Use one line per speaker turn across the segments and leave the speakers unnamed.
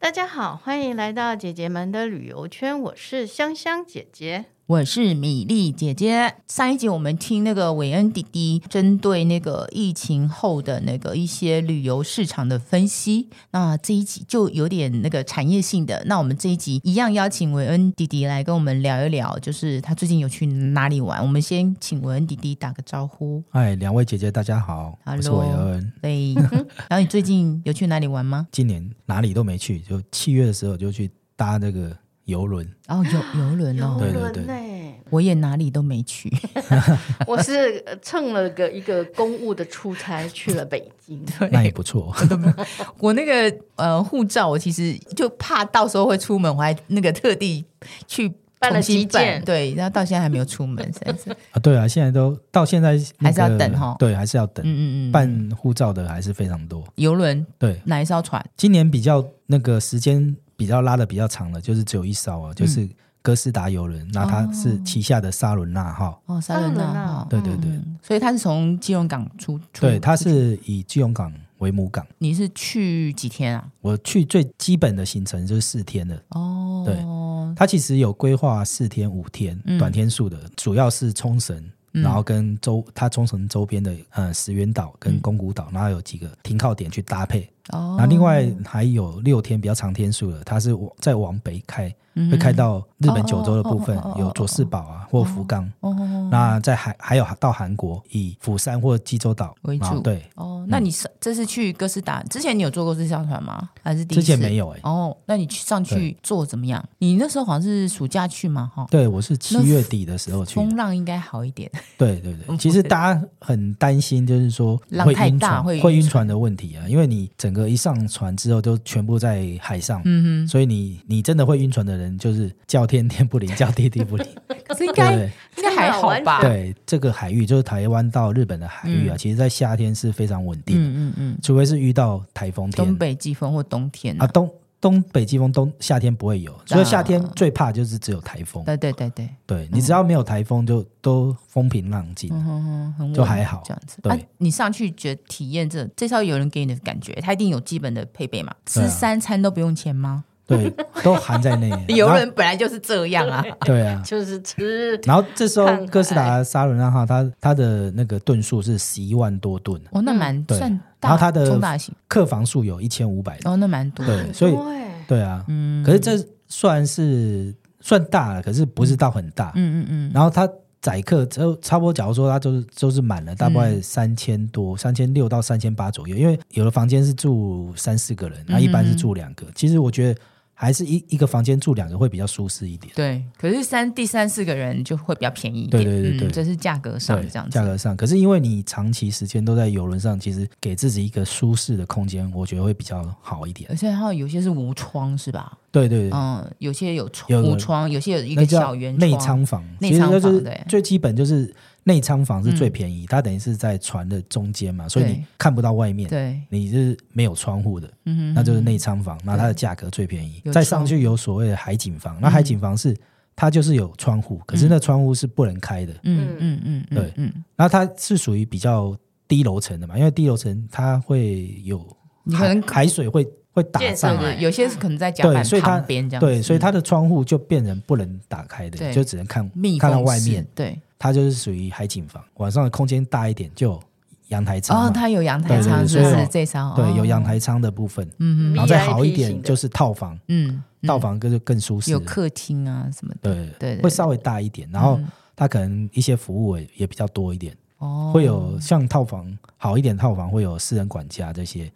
大家好，欢迎来到姐姐们的旅游圈，我是香香姐姐。
我是米粒姐姐。上一集我们听那个韦恩弟弟针对那个疫情后的那个一些旅游市场的分析，那这一集就有点那个产业性的。那我们这一集一样邀请韦恩弟弟来跟我们聊一聊，就是他最近有去哪里玩。我们先请韦恩弟弟打个招呼。
嗨，哎两位姐姐，大家好
Hello
我是韦恩。
对，然后你最近有去哪里玩吗？
今年哪里都没去，就七月的时候就去搭那个 游轮，
哦，游游轮哦，
嗯对
游轮
对
呢、
我也哪里都没去。
欸我是呃蹭了个一个公务的出差去了北 京。
那也不错。
我那个呃护照，我其实就怕到时候会出门，我还那个特地去
办了
重新
急件
办对，然后到现在还没有出门，实在是，
啊，对啊，现在都到现在、那个
还是要等吼
对，还是要等。
嗯嗯嗯。
办护照的还是非常多。
游轮
对，
哪一艘船？
今年比较那个时间比较拉的比较长了，就是只有一艘啊，就是
嗯
哥斯达游轮，那它是旗下的沙伦纳号。
哦，三
三
轮
轮啊
呐，哈
对对对，
嗯所以他是从基隆港出出，
对，它
出去。
是以基隆港为母港。
你是去几天啊？
我去最基本的行程就是四天的，
哦，
对它其实有规划四天、五天、
嗯
短天数的，主要是冲绳，
嗯
然后跟周它冲绳周边的呃石垣岛跟
嗯
宫古岛，然后有几个停靠点去搭配。
哦，
然后另外还有六天比较长天数的，它是往再往北开，
嗯
会开到日本九州的部分
哦哦哦哦哦，
有佐世保啊或福冈。
哦
那在韩还有到韩国，以釜山或济州岛
为主
然后对，
哦，那你是这次去哥斯达之前你有坐过这艘船吗？还是第一
之
次？
前没有哎、
哦，那你去上去
对
做怎么样？你那时候好像是暑假去嘛，哈，
对，我是七月底的时候去的。
风浪应该好一点。
对对对，其实大家很担心，就是说
嗯浪
会
太
晕
大
船，
会
会
晕
晕船的问题啊，因为你整个一上船之后都全部在海上，
嗯
所以你你真的会晕船的人，就是叫天天不灵，叫地地不灵。
哼，可是应 该
对
应该还好吧？
对，这个海域就是台湾到日本的海域啊，其实在夏天是非常稳定的，
嗯嗯嗯，
除非是遇到台风
东
天
北季风或冬天
啊，
啊，
东东北季风冬夏天不会有，所以夏天最怕就是只有台风。
对对对对，
对你只要没有台风，就都风平浪静。
嗯哼哼，很稳
就还好
这样子。
对
啊，你上去觉得体验这这艘游轮给你的感觉，它一定有基本的配备嘛？
对啊
吃三餐都不用钱吗？。
对，都含在内
游
然
轮本来就是这样啊，
后对啊，
就是吃
然后这时
看
候
海
哥斯达沙伦纳号，它它的那个吨数是十一万多吨，
哦，那蛮
嗯对
算大，
然后它的
中大型，
客房数有一千五百，
哦，那蛮多的。
对，所以
对，
对啊，
嗯
可是这算是算大了，可是不是到很大。
嗯嗯嗯，
然后它载客就差不多，假如说它就是就是满了，大
嗯
概三千多，三千六到三千八左右，因为有的房间是住三四个
嗯
人，那一般是住两个。其实我觉得还是一一个房间住两个会比较舒适一点。
对。可是三第三四个人就会比较便宜一
对
点，
对对对
嗯这是价格上
对，
这样子
价。格上，可是因为你长期时间都在游轮上，其实给自己一个舒适的空间，我觉得会比较好一点。
而且它有些是无窗是吧？
对对对，
嗯，有些有窗
有的
无窗，有些有一
那
个
叫
小圆
内舱房，
内
其实
舱
就
房
是
对嗯
最基本就是内舱房是最便宜，它等于是在船的中间嘛，所以
对
你看不到外面，
对，
你是没有窗户的，
嗯哼，
那就是内舱房，那它的价格最便宜
有。嗯
再上去有所谓的海景房，那海景房是它就是有窗户，可是那窗户是不能开的，
嗯嗯嗯嗯，
对
嗯，
那它是属于比较低楼层的嘛，因为低楼层它会有
你可
海
能
海水会会打
溅上
上
来嗯
来，
对有些是可能在甲
对
板
所以它
旁边这样子，
对，所以它
嗯
的窗户就变成不能打开
对
的，就只能看
密
看到
封
外
式
面。
对，
它就是属于海景房，晚上的空间大一点就有阳台
哦，
舱嘛，
它有阳台舱，
对对对
是不
所以
是
有
这张？
对，有阳
哦，
台舱的部分，
嗯
然
哼
后再好一
VIP 型
点
的
就是套房，
嗯，嗯
套房就是更舒适
有
了，
客厅啊什么的，
对
对对
会稍微大一点，然后它可能一些服务也也比较多一点，
哦，
会有像套房好一点套房会有私人管家这些，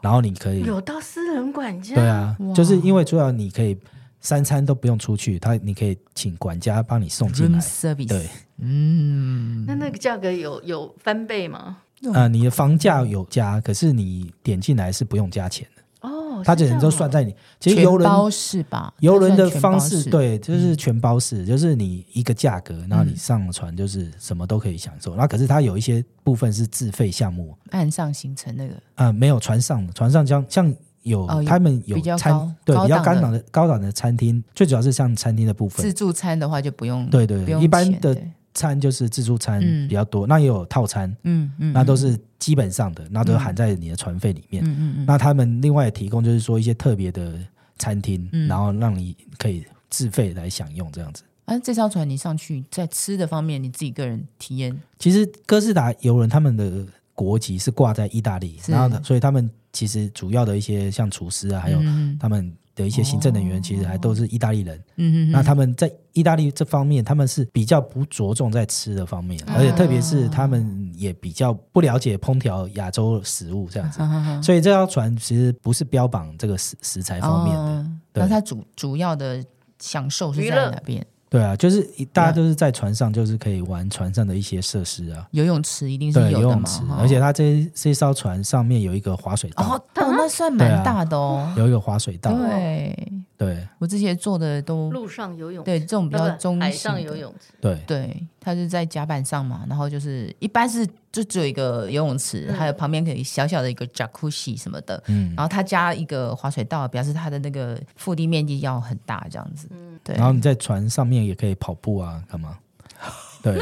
然后你可以
有到私人管家，
对啊
哇，
就是因为主要你可以三餐都不用出去，他你可以请管家帮你送进
room
来。
service，
对，
嗯，
那那个价格有有翻倍吗？
啊，你的房价有加，可是你点进来是不用加钱的，
哦，
他
是
只能
这
就
样
算
哦
在你。其实
全
游轮
包式吧，
游轮
它
的
算全包
方式
式，嗯
对，就是全包式，就是你一个价格，然后你上了船就是什么都可以享受。然后可是它有一些部分是自费项目，
岸上行程那个，
啊，没有船上的，船上像像有
哦有
他们有
比较高
餐对
高
比较
档
高
的
档的高档的餐厅，最主要是像餐厅的部分
自，助餐的话就不用，
对对
不用
一般
钱
的
对
餐就是自助餐
嗯
比较多，那也有套餐，
嗯嗯，
那都是基本上的，那都含在你的船费里面。
嗯嗯嗯，
那他们另外也提供就是说一些特别的餐厅，
嗯
然后让你可以自费来享用这样子。
啊，这艘船你上去在吃的方面，你自己个人体验，
其实哥斯达游轮他们的国籍是挂在意大利，
是
然后呢所以他们其实主要的一些像厨师啊，还有
嗯哦
他们的一些行政人员，其实还都是意大利人。
嗯嗯
那他们在意大利这方面，他们是比较不着重在吃的方
啊
面，而且特别是他们也比较不了解烹调亚洲食物这 样子，
嗯，
所以这条船其实不是标榜这个食食材方面的。
哦
对
那它主主要的享受是
娱
在
乐
哪边？
对啊，就是大家都是在船上，就是可以玩船上的一些设施啊，
游泳池一定是
对，游
有的
泳
嘛
池，，
哈
而且它这这艘船上面有一个滑水道，
哦，
啊
哦那算蛮大的哦。
有一个滑水道，
对，
对
我之前做的都
路上游泳，
对这种比
那
较
个
中
海
型
上
的
游，泳池，
对
对，它是在甲板上嘛，然后就是一般是就只有一个游泳池，
嗯
还有旁边可以小小的一个 jacuzzi 什么的，
嗯
然后它加一个滑水道，表示它的那个腹地面积要很大这样子。
嗯
对，
然后你在船上面也可以跑步啊，干嘛？对，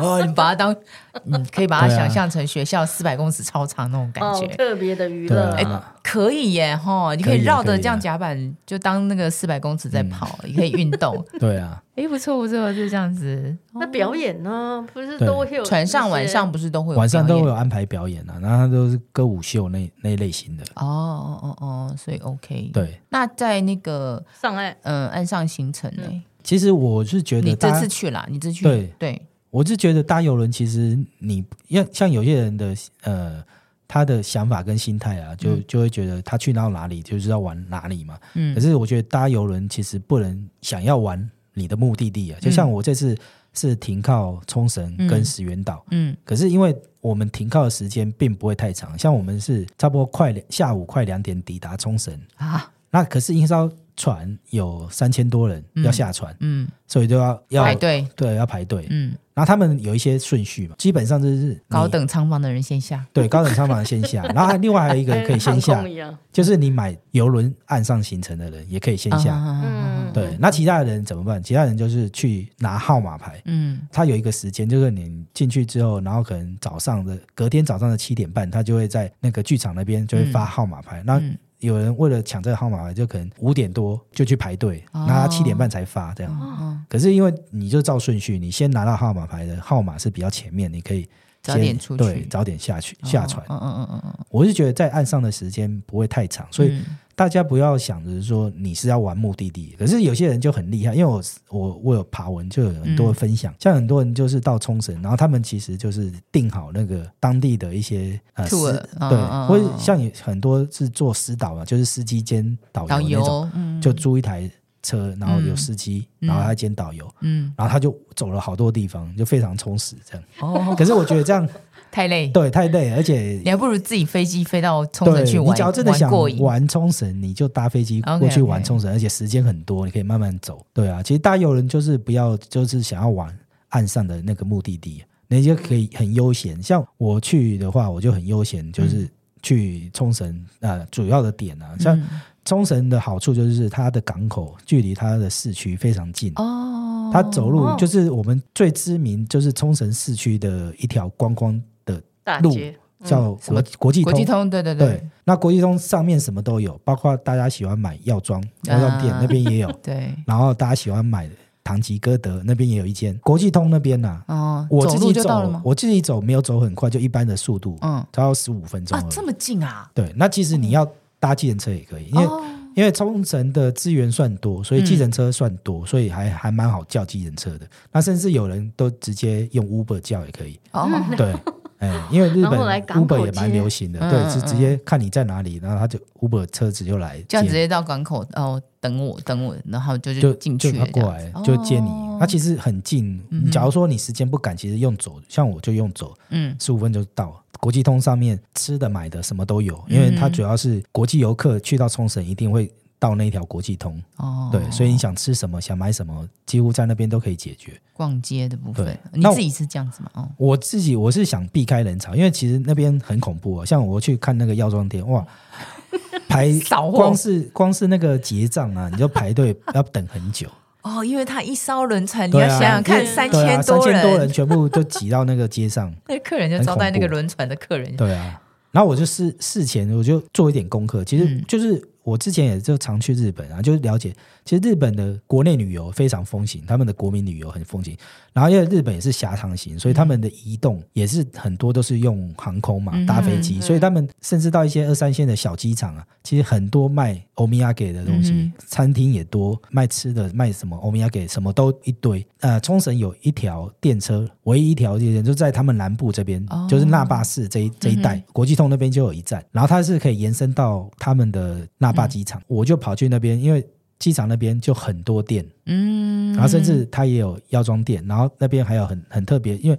哦，你把它当，你可以把它
对啊
想象成学校四百公尺操场那种感
哦
觉。，哎
特别的娱
对
乐
啊，
啊，
可以耶，哈！你可
可
以
以啊
绕着
可以啊嗯
这样甲板，就当那个四百公尺在跑，也可以运动。
对啊，
哎，不错不错，就这样子。
那表演呢？不是
对
都会有
船
一
上
些
晚上不是都会有
晚上都
表
会
演
有安排表演啊，然后它都是歌舞秀那那一类型的。
哦哦哦哦，所以 OK。，
对，
那在那个
上岸，
嗯岸上行程呢？
其实我是觉
你
得
这
搭，
次去啦，你这次去
对
对，
我是觉得搭游轮，其实你要像有些人的呃，他的想法跟心态啊，就就会觉得他去到哪里就是要玩哪里嘛。可
嗯
是我觉得搭游轮其实不能想要玩你的目的地啊，就像我这次是停靠冲绳跟
嗯
石垣岛，
嗯
可是因为我们停靠的时间并不会太长，像我们是差不多快两下午快两点抵达冲绳，
啊
那可是一艘船有三千多人要下船，
嗯，
所以就要要
排队，
对要排队。
嗯，
然后他们有一些顺序嘛，基本上就是你
高等舱房的人先下。
对高等舱房先下，然后还另外还有一个可以
跟哎
先
航
下
空，一样，
就是你买游轮岸上行程的人也可以先下。
嗯
嗯，
对，那其他的人怎么办？其他人就是去拿号码牌，
嗯
它有一个时间，就是你进去之后，然后可能早上的隔天早上的七点半，他就会在那个剧场那边就会发号码牌。那
嗯
有人为了抢这个号码牌，就可能五点多就去排队，
哦
那他七点半才发这
哦
样。
嗯，
可是因为你就照顺序，你先拿到号码牌的号码是比较前面，你可以
早
先
点出去
对，早点下去下船。
嗯嗯嗯嗯嗯，
我是觉得在岸上的时间不会太长，所以
嗯
大家不要想着说你是要玩目的地，可是有些人就很厉害，因为我我我有爬文，就有很多分
嗯
享，像很多人就是到冲绳，然后他们其实就是订好那个当地的一些呃
Tour，
私
嗯
对，
嗯嗯
或者像有很多是做私导啊，就是司机兼导
导
游那种，
游，嗯
就租一台车，然后有司机，
嗯
然后他兼导游，
嗯
然后他就走了好多地方，就非常充实这样。
哦，
可是我觉得这样
太累，
对太累，而且
你还不如自己飞机飞到冲
对
绳去玩，
你只要真的
玩
想
过瘾。
玩冲绳，你就搭飞机
OK，
过去玩
OK
冲绳而且时间很多，你可以慢慢走。对啊，其实大游人就是不要，就是想要玩岸上的那个目的地，你就可以很悠闲。像我去的话，我就很悠闲，就是去冲绳呃主要的点啊，像
嗯
冲绳的好处就是它的港口距离它的市区非常近。
哦，
它走路
哦
就是我们最知名，就是冲绳市区的一条观光的
大
路
街，
叫
嗯什么
国国际
国
通
际通，对对
对，那国际通上面什么都有，包括大家喜欢买药妆，药妆店
啊
那边 也有，
对，
然后大家喜欢买唐吉诃德那边也有一间。国际通那边呐、
哦，
我
走
自
路
己
就到了
走
吗，？
我自己走没有走很快，就一般的速度，
嗯
只要十五分钟
啊
而，已。
这么近啊，
对，那其实你要搭计程车也可以，因为、
哦
因为冲绳的资源算多，所以计程车算多，
嗯
所以还还蛮好叫计程车的。那甚至有人都直接用 Uber 叫也可以。
哦，
对，哎，因为日
然
本
后来港
Uber
口
也蛮
接
流行的，
嗯
对，
嗯
是直接看你在哪里，然后他就 Uber 车子就来
这样直
接，
接到港口哦，等我等我，然后就
就
进
就
去
他
了这
过
样
来
子
就接你。那
哦
其实很近，假如说你时间不赶，其实用走，像我就用走，
嗯
十五分钟就到。国际通上面吃的买的什么都有，因为
嗯
它主要是国际游客去到冲绳一定会到那条国际通，
哦，
对，所以你想吃什么想买什么，几乎在那边都可以解决。
逛街的部分
对，
你
那我
自己是这样子吗？哦，
我自己我是想避开人潮，因为其实那边很恐怖啊、像我去看那个药 妆店，哇，排
扫货
光是光是那个结账啊，你就排队要等很久。
哦，因为他一艘轮船，你
对
要
啊
想想看，
因为
三
对啊，
千
三千多
人
人，全部都挤到那个街上。
那客人就
很
招待那
恐
个
怖
轮船的客人，嗯
对啊，然后我就事事前我就做一点功课，其实就是我之前也就常去日本啊，就是了解，其实日本的国内旅游非常风行，他们的国民旅游很风行。然后因为日本也是狭长型，
嗯
所以他们的移动也是很多都是用航空
嗯
嘛，搭飞机，所以他们甚至到一些二三线的小机场啊，其实很多卖欧米亚给的东西，
嗯
餐厅也多，卖吃的、卖什么欧米亚给什么都一堆。呃，冲绳有一条电车，唯一一条电车就在他们南部这边，
哦
就是那霸市这一这一
嗯
带，国际通那边就有一站，然后它是可以延伸到他们的那霸机场，我就跑去那边，因为机场那边就很多店。
嗯，
然后甚至它也有药妆店，然后那边还有很很特别，因为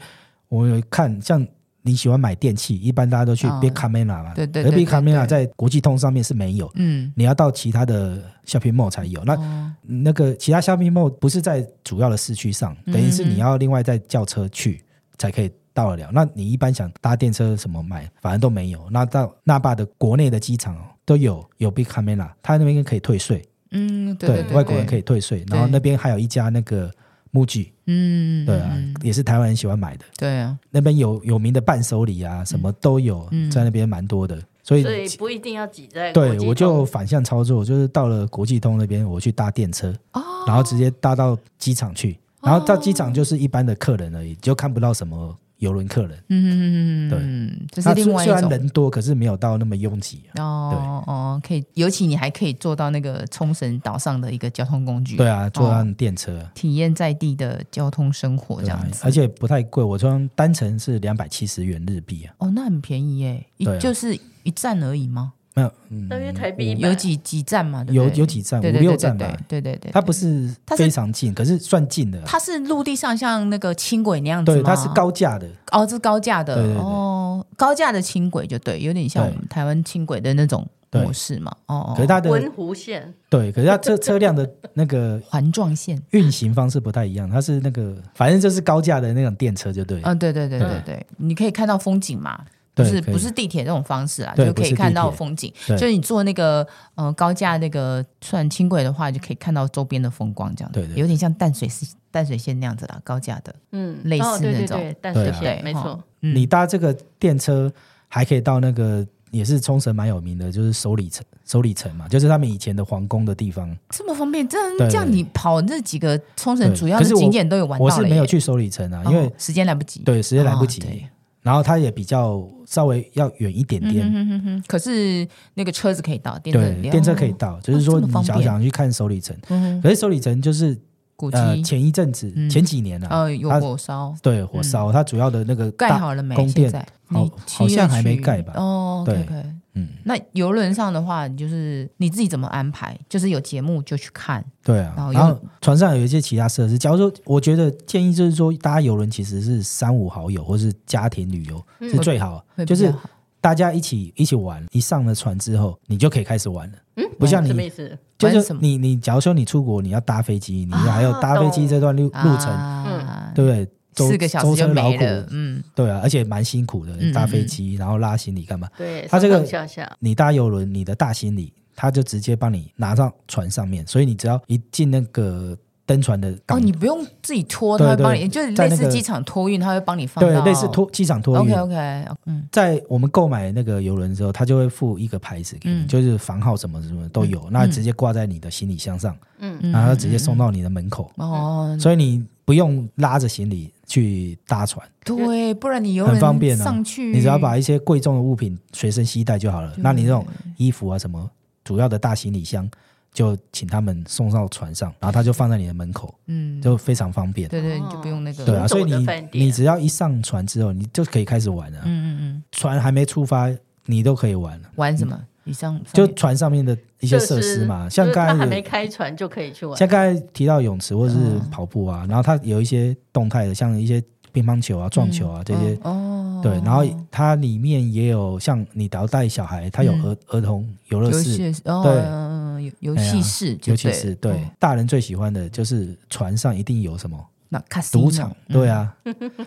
我有看像你喜欢买电器，一般大家都去
哦
Big Camera 嘛，
对对
而
对对
Big
对
Camera 在国际通上面是没有，
嗯，
你要到其他的 shopping mall 才有。那、
哦
那个其他 shopping mall 不是在主要的市区上，
嗯
等于是你要另外再叫车去才可以。到得了，那你一般想搭电车什么买，反正都没有。那到那霸的国内的机场哦，都有有 Big Camera，它那边可以退税，
嗯，对对对，
外国人可
以，
以退税。然后那边还有一家那个 MUJI，
嗯，
对啊
嗯，
也是台湾人喜欢买的。
对啊，
那边有有名的伴手礼啊，什
嗯
么都有，在那边蛮多的。所以，
所以不一定要挤在国
对
际
我就
通
反向操作，就是到了国际通那边，我去搭电车，
哦
然后直接搭到机场去，然后到机场就是一般的客人而已，就看不到什么游轮客人。
嗯，
对
嗯，这
那
是另
虽
外一
虽然
种。
人多，可是没有到那么拥挤啊、
哦哦，可以，尤其你还可以坐到那个冲绳岛上的一个交通工具，
对啊，坐
哦
上电车。
体验在地的交通生活这
对啊
样子。
而且不太贵，我从单程是两百七十元日币啊，
哦，那很便宜耶，一
对啊
就是一站而已吗？
没有，嗯，
大约台币100
有几几站嘛？对不
有
对
有几站，
对
五
对
六
对
站
对
吧，
对对对，
它不是
它是
非常近，可是算近的啊。
它是陆地上像那个轻轨那样子吗
对，它是高架的，
哦，这是高架的
对对对
哦，高架的轻轨就对，有点像我
对
们台湾轻轨的那种
对
模式嘛。哦
可是
哦，
它的
文湖线
对，可是它车车辆的那个
环状线。
运行方式不太一样，它是那个反正就是高架的那种电车就对了。
嗯，对对对对
对
对，你可以看到风景嘛。不
对
是
可以
不是地铁这种方式啊，
对
就可
不
以
是
看
地
到
铁
风景。
对
就是你坐那个呃高架那个算轻轨的话，就可以看到周边的风光，这样子
对对对
有点像淡水线淡水线那样子啦，高架的。
嗯，
类似
哦对
那
对
种
对淡
对
水
啊
线，没
哦
错，
嗯
你搭这个电车还可以到那个也是冲绳蛮有名的，就是首里城，首里城嘛，就是他们以前的皇宫的地方。
这么方便，真
对
这样你跑那几个冲绳
对
主要
可
的
是我
景点都有玩到
我
了耶，
是没有去首里城啊，因为
哦时间来不及，
对时间来不
哦对
及，然后它也比较稍微要远一点点。
嗯哼哼，可是那个车子可以到，电车
对，电车可以到，就是
哦
说
这么
你
方
想
便
想去看首里城，
嗯哼
可是首里城就是
古迹，
呃前一阵子
嗯
前几年啊，
呃，有
它
火烧，
对，火烧、它主要的那个
盖
大
好了没？
宫
现
殿
在
好
你七
好
月
像还没
去
盖吧
哦，对
对
对。
嗯，
那游轮上的话，你就是你自己怎么安排？就是有节目就去看，
对啊
然后。
然
又
后船上有一些其他设施，假如说，我觉得建议就是说，搭游轮其实是三五好友或是家庭旅游、是最好
嗯会，比
就
较
是
好
大家一起一起玩。一上了船之后，你就可以开始玩了。嗯，不像
什么
你
意，思？
就
玩什
是
么
你你，假如说你出国，你要搭飞机，你还有搭飞机
懂
这段路路程，
啊，
对不对？舟
四个小时
舟
就
车劳
没
苦，
了，嗯，
对啊，而且蛮辛苦的
嗯，
搭
嗯
飞
嗯
机然后拉行李干嘛？
对，
它这个
上上下下
你搭游轮，你的大行李他就直接帮你拿到船上面，所以你只要一进那个登船的港，
哦，你不用自己拖，
对
他会帮
对
你，就是
在
类
那
似
个
机场托运，他会帮你放
对
到
类似托机场托运。
OK OK，嗯
在我们购买那个游轮的时候，他就会附一个牌子给你，
嗯
就是房号什么什么都有，那直接挂在你的行李箱上，
嗯，
然后直接送到你的门口，
哦，
所以你不用拉着行李去搭船，
对，不然你游
很
轮
方便啊
上去，
你只要把一些贵重的物品随身携带就好了。那你这种衣服啊什么主要的大行李箱，就请他们送到船上，然后他就放在你的门口。
嗯，
就非常方便。
对对，你就
哦
不用那个，
对
行
啊，
走
所以
的
你
饭店
你只要一上船之后，你就可以开始玩了、
嗯嗯嗯，
船还没出发，你都可以玩了。
玩什么？以上
就
上面
船上面的一些设施嘛，像
就是它
刚才
还
有
没开船就可以去玩
像，刚才提到泳池或者是
嗯
跑步啊，然后它有一些动态的，像一些乒乓球啊、撞球啊这些。
嗯哦，
对，然后它里面也有像你只要带小孩，它有
嗯
儿儿童游乐
游
室，
戏哦，
对哎
嗯游游戏室就对
尤其
了，
是对
哦
大人最喜欢的就是船上一定有什么
那嗯卡斯
赌场，对，啊，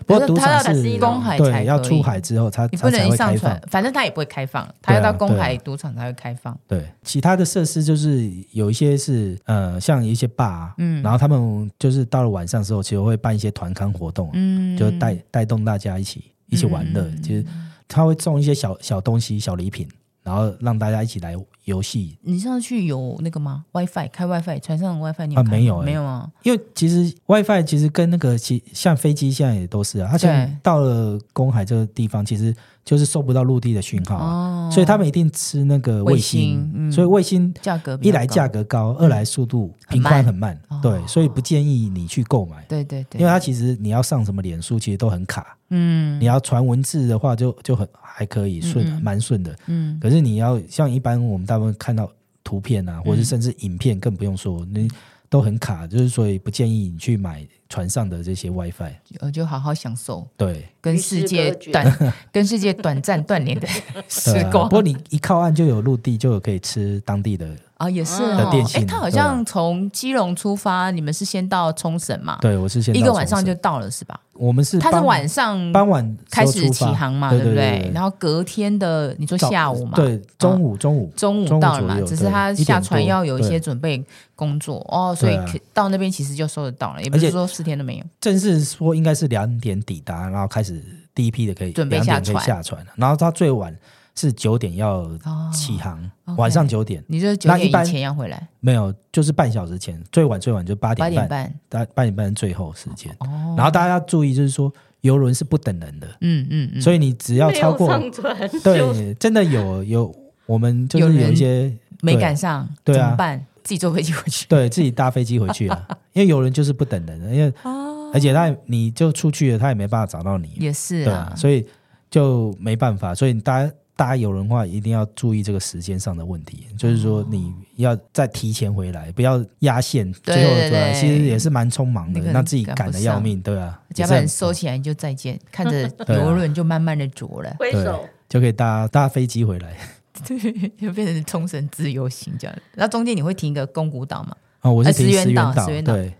不过赌
它
场
要
是
公海才可
对
以
要出海之后它
你不
它才
能一
会
上
开
船
放。，
反正它也不会开放，它要
对啊
到公海
对
赌场才会开放。
对，其他的设施就是有一些是呃，像一些 bar，嗯，然后他们就是到了晚上之后，其实会办一些团康活动啊，
嗯，
就带带动大家一起一起玩乐。其实他会送一些小小东西、小礼品，然后让大家一起来游戏，
你上次去有那个吗？WiFi 开 WiFi，船上的 WiFi 你
啊
开吗
没有欸
没有啊，
因为其实 WiFi 其实跟那个其像飞机现在也都是啊，它现在
对
到了公海这个地方，其实就是收不到陆地的讯号啊、
哦，
所以他们一定吃那个卫星，
卫星嗯
所以卫星
价格比
一
较
来
高嗯
价格高，二来速度频宽很慢，
很慢
对，
哦
所以不建议你去购买，
对对对，
因为它其实你要上什么脸书，其实都很卡。
嗯
你要传文字的话就，就很还可以顺，
嗯嗯
蛮顺的。
嗯
可是你要像一般我们大部分看到图片啊，
嗯
或者是甚至影片，更不用说，那都很卡，就是所以不建议你去买船上的这些 WiFi。
呃就好好享受
对，
跟
与
世
世
界
隔绝
短跟世界短暂断 联的时
对啊
光
不过你一靠岸就有陆地，就有可以吃当地的。
啊，也是
嗯
哦
的电信
诶他好
对啊
像从基隆出发，你们是先到冲绳嘛？
对我是先
一个
到
晚上
冲
就
绳
到了是吧？
我们是
他是
傍
晚上
傍晚
开
时候
始
出
起
发
航嘛，
对
不
对
然
后
后隔天的你说下午嘛，，嗯
对，中午中午
中
中
午
午
到了嘛
左，右
只是
对
他
一点
下船
多
要有一些
对
准备工作哦，所以
对啊
可到那边其实就收得到了，也不
而
是
且
说四天都没有。
正式说应该是两点抵达，然后开始第一批的可以
准备
2点
下船
可以下船，然后他最晚是九点要
哦
起航，
OK
晚上九点
你就是九
那
点
一
以
般
前要回来，
没有，就是半小时前，最晚最晚就八
八
点
点
半，
半
大八点半是最后时间。
哦。
然后大家要注意，就是说游轮是不等人的，
嗯嗯嗯，
所以你只要
没
超
有
过
上传，就
对，真的有有我们就
有
是
人
有一些
没
对
赶上
对
怎
啊
么办？自己坐飞机回去
对自己搭飞机回去啊， 因为游轮就是不等人的，因为
哦
而且他也你就出去了，他也没办法找到你，
也是
对
啊
啊，，所以就没办法，所以大家搭游轮的话，一定要注意这个时间上的问题，
哦
就是说你要再提前回来，不要压线，
对
最后
对
对啊，
对
其实也是蛮匆忙
你可
的，
能
那自己
赶
赶
不
的要
上
命，对啊，
甲
也是
板
很
收起来就再见，看着
啊
游轮就慢慢的着了，
挥
对
手。
就可以搭搭飞机回来。
对，就变成冲绳自由行这样。那中间你会停一个宫古岛嘛？
哦，我
呃
是停
石原
石
岛
原岛，
石原岛
对。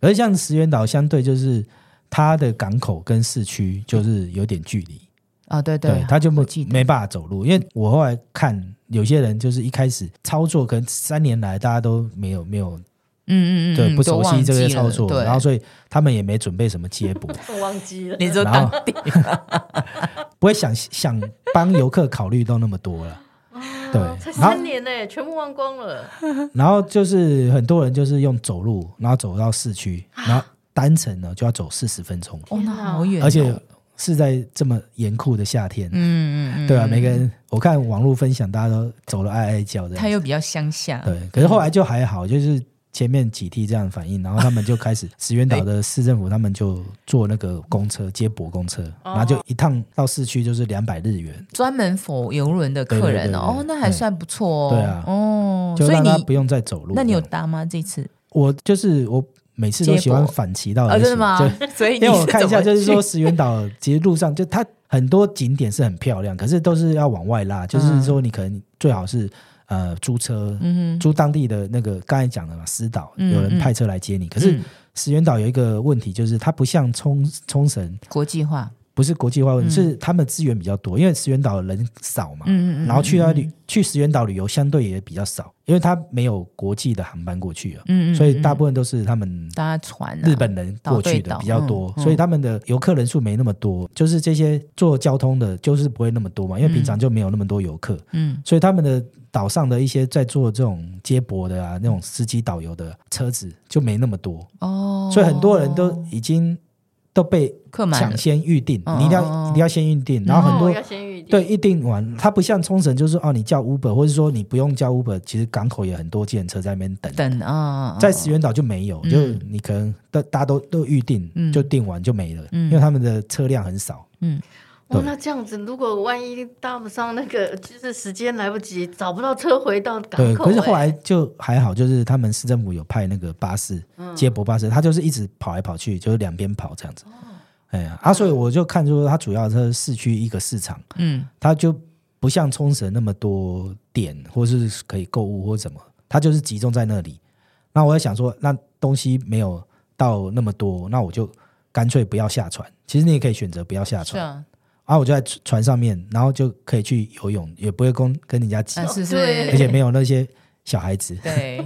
而像石原岛相对就是它的港口跟市区就是有点距离，
啊，对
对，他就
我
不
记得
没办法走路。因为我后来看有些人就是一开始操作，可能三年来大家都没有没有
嗯嗯嗯，
对
嗯
不熟悉这些操
都忘记
作，
了对，
然后所以他们也没准备什么接驳，
我忘记了，
你说
然
当
后 不会想想帮游客考虑到那么多了。
哦
对，
哦才
然后
三年呢、全部忘光了。
然后就是很多人就是用走路，然后走到市区，然后单程呢就要走四十分钟，
哦，那好远哦，
而且是在这么严酷的夏天，
嗯嗯嗯，
对啊，每个人我看网络分享，大家都走了哀哀叫这
他
样。
又比较乡下，
对，可是后来就还好，就是前面几梯这样反应，然后他们就开始石原岛的市政府，他们就坐那个公车接驳公车，
哦
然后就一趟到市区就是两百日元，
专门否游轮的客人哦，
对对对对
哦，那还算不错哦，
对啊
哦，
就
所以
让他不
你
用再走路。
那你有
这样
搭吗？这次
我就是我每次都喜
接
欢
驳
反其道
啊，
而
真
行，
的吗
就？
所以
因为我看一下，
你怎
就
么
是说
去，
石原岛其实路上就它很多景点是很漂亮，可是都是要往外拉，就是说你可能最好是呃租车，
嗯
租当地的那个刚才讲的嘛，私岛
嗯
有人派车来接你。可是
嗯
石原岛有一个问题，就是它不像冲冲绳，
哼，国际化，
不是国际化问题，
嗯
是他们资源比较多，因为石原岛人少嘛，
嗯嗯嗯，
然后去到
那
旅
里，
去石原岛旅游相对也比较少，因为它没有国际的航班过去啊，
嗯嗯，
所以大
分
部分都是他们
搭船啊，
日本人过去的
岛对岛
比较多，
嗯嗯
所以他们的游客人数没那么多，就是这些做交通的，就是不会那么多嘛，因为平常就没有那么多游客，
嗯
所以他们的岛上的一些在做这种接驳的啊，那种司机导游的车子就没那么多，
哦，
所以很多人都已经都被
客满
抢
了，
先预定，
嗯
你一定要、
嗯嗯
一定要先预定，然后很
哦
多、
要先预定，
对，一定完，它不像冲绳，就是哦，你叫 Uber，或者说你不用叫 Uber，其实港口也很多计程车在那边等。
等啊，
在石原岛就没有，
嗯
就你可能大大家都都预定，
嗯
就订完就没了，
嗯
因为他们的车辆很少。
哇，
对
哦那这样子，如果万一搭不上那个，就是时间来不及，找不到车回到港
对，
口、
可
欸
是后
哎
来就还好，就是他们市政府有派那个巴士、
嗯
接驳巴士，他就是一直跑来跑去，就是两边跑这样子。
哦
哎呀，啊，所以我就看出它主要是市区一个市场，
嗯
它就不像冲绳那么多点或是可以购物或什么，它就是集中在那里。那我在想说，那东西没有到那么多，那我就干脆不要下船。其实你也可以选择不要下
是
船，
啊，
啊，我就在船船上面，然后就可以去游泳，也不会跟跟人家挤，哦
但是是，
对
而且没有那些小 孩子，
对，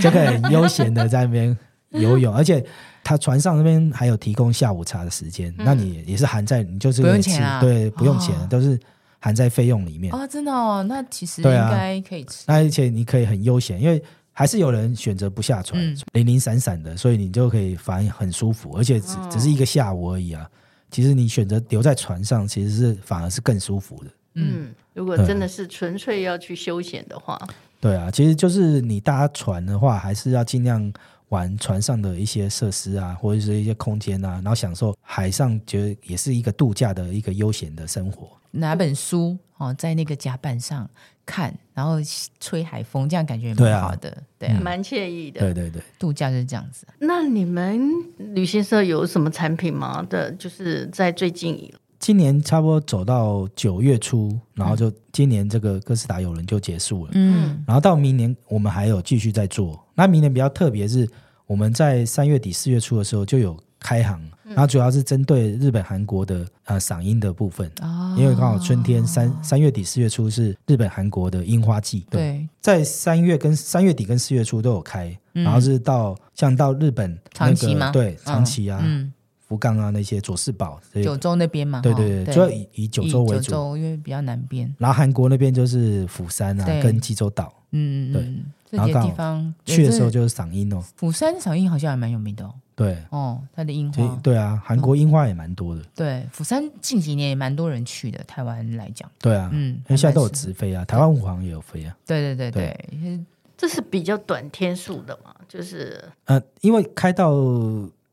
就可以很悠闲的在那边游泳，而且他船上那边还有提供下午茶的时间，那你也是含在，你就是
不用
可以吃
钱啊
对，不用钱，
哦
都是含在费用里面。
啊，真的哦，那其实应
对啊
该可以吃。
那而且你可以很悠闲，因为还是有人选择不下船，
嗯
零零散散的，所以你就可以反而很舒服，而且只只是一个下午而已啊。其实你选择留在船上，其实是反而是更舒服的。
嗯，如果真的是纯粹要去休闲的话，
对啊，其实就是你搭船的话，还是要尽量玩船上的一些设施啊，或者是一些空间啊，然后享受海上，觉得也是一个度假的一个悠闲的生活。
拿本书哦，在那个甲板上看，然后吹海风，这样感觉也
对
蛮
啊
好的。对啊，
蛮惬意的。
对对对，
度假就是这样子。
那你们旅行社有什么产品吗？的，就是在最近
今年差不多走到九月初，然后就今年这个哥斯达游轮就结束了。
嗯
然后到明年我们还有继续在做。那明年比较特别是我们在三月底四月初的时候就有开航，
嗯
然后主要是针对日本、韩国的呃嗓音的部分，
啊
因为刚好春天三三月底四月初是日本、韩国的樱花季，，
对
在三月跟三月底跟四月初都有开，然后是到像到日本那
嗯长崎
个
吗
对
嗯
长崎啊、
嗯，
福冈啊那些佐世保这些
九，州那边嘛，
对
哈
对对，
对，
主要以以九州为
以
主
九。州因为比较南边。
然后韩国那边就是釜山啊
对
跟济州岛，
嗯嗯
对
嗯，这
然后
些
刚好
地方
去的时候
对这
就是嗓音哦，
釜山赏樱好像还蛮有名的哦。
对，
哦，嗯它的樱
其实
花，
对啊，韩国樱花也蛮多的，
对釜山近几年也蛮多人去的，台湾来讲，
对啊，
嗯
因为现在都有
还蛮
直飞啊，台湾虎航也有飞啊，
对对对
对
对，因为
这是比较短天数的嘛，就是
呃，因为开到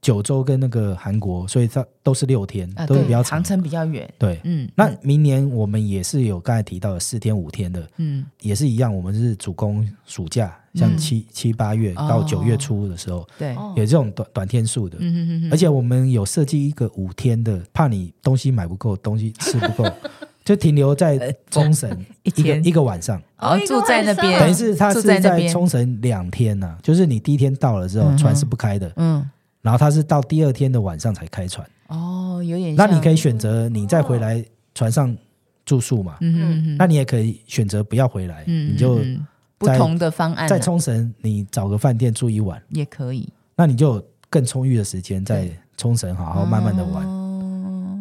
九州跟那个韩国，所以它都是六天，
啊，
都是比较
对长，
长
程比较远，
对。
嗯
那明年我们也是有刚才提到的四天五天的，
嗯
也是一样，我们是主攻暑假，像七、七八月到九月初的时候，
对，嗯
哦
有这种短短天数的。
嗯嗯，
而且我们有设计一个五天的，怕你东西买不够，东西吃不 够，就停留在冲绳
呃一
一个
天
一个晚上。
然后哦住在那边，
等于是他
住
是
在那
在
边，
冲绳两天呐、就是你第一天到了之后，
嗯哼
船是不开的，
嗯，
然后他是到第二天的晚上才开船。
哦，有点
那
像，
你可以选择你再回来船上住宿嘛，
嗯，嗯嗯
那你也可以选择不要回来，
嗯，
你就
嗯嗯不
在
同的方案啊
在冲绳你找个饭店住一晚，
也可以，
那你就有更充裕的时间在冲绳好好慢慢的玩。
哦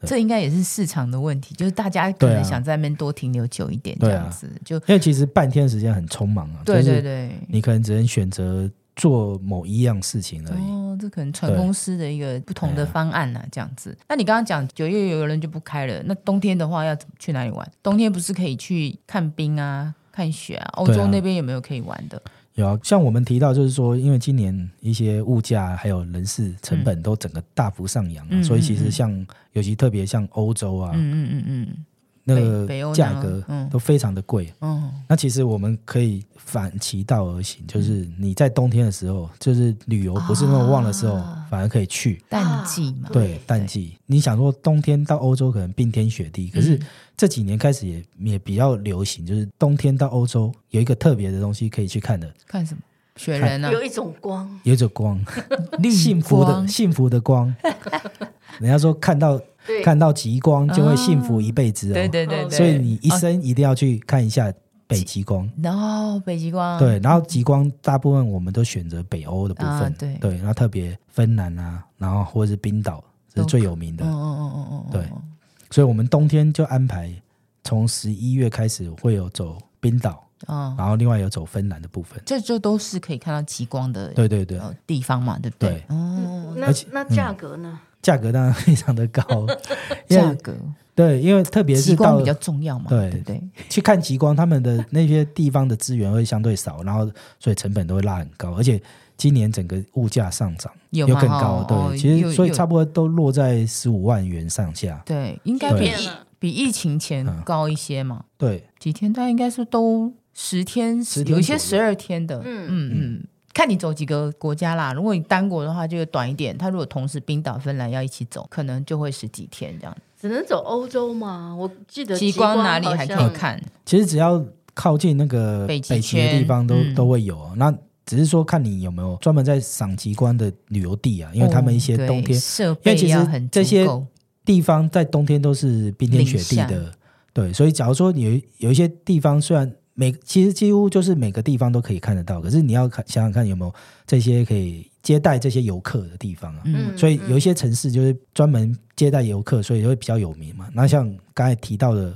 对
这应该也是市场的问题，就是大家可
对
能
啊
想在那边多停留久一点，这
对啊
样子就
因为其实半天的时间很匆忙啊，就
对对
是
对。
你可能只能选择做某一样事情而已。
哦，这可能船
对
公司的一个不同的
哎呀
方案呐、啊这样子。那你刚刚讲九月游轮就不开了，那冬天的话要怎么去哪里玩？冬天不是可以去看冰啊、看雪啊？欧
对啊
洲那边有没有可以玩的？
有啊，像我们提到，就是说，因为今年一些物价还有人事成本都整个大幅上扬、啊，
嗯
所以其实像尤其特别像欧洲啊，
嗯嗯嗯
那个
北北欧呢
价格
嗯
都非常的贵。
嗯，哦，
那其实我们可以反其道而行，就是
嗯
你在冬天的时候，就是旅
啊
游不是那么旺的时候，反而可以去。
淡季嘛，
对淡季，你想说冬天到欧洲可能冰天雪地，
嗯
可是这几年开始也也比较流行，就是冬天到欧洲有一个特别的东西可以去看的，
看什么雪人啊？
有一种光，
有一种 光，
绿
幸福的
光
幸福 的光。人家说看到
对，
看到极光就会幸福一辈子哦，
对对对对，
所以你一生一定要去看一下北极光。
然后哦北极光，
对，然后极光大部分我们都选择北欧的部分，
啊对
然后特别芬兰啊，然后或者是冰岛是最有名的，
嗯，嗯嗯嗯嗯嗯，
对，所以我们冬天就安排从十一月开始会有走冰岛，
嗯，
然后另外有走芬兰的部分。
这就都是可以看到极光的
对对对，
呃地方嘛，对不对
对？
哦，
嗯那
而且嗯
那价格呢？
价格当然非常的高， 因
价
为
格
对，因为特别
极
是
光
到
比较重要嘛，
对
对不对？
去看极光，他们的那些地方的资源会相对少，然后所以成本都会拉很高，而且今年整个物价上涨
有
又
吗
更高
哦，哦
对，其
又
实所以
又
差不多都落在十五万元上下，
对，应该比
对嗯
疫
啊
比疫情前高一些嘛，
对
几天？它应该是都十天，
10天
有一些
左
十二天的，嗯嗯嗯。看你走几个国家啦，如果你单国的话就短一点，它如果同时冰岛、芬兰要一起走，可能就会十几天这样。
只能走欧洲吗？我记得
极光哪里还可
好
以
像？
看？
其实只要靠近那个
北
北
极
极的
圈
地方都、
嗯
都会有、啊，那只是说看你有没有专门在赏极光的旅游地啊，因为他们一些
哦对
冬天、
设
因
备
为其实
要很
这
足
些
够嗯
地方在冬天都是冰天雪地
零
的，对，所以假如说有一有一些地方虽然每其实几乎就是每个地方都可以看得到，可是你要看想想看有没有这些可以接待这些游客的地方啊。
嗯
所以有一些城市就是专门接待游客，所以会比较有名嘛。那像刚才提到的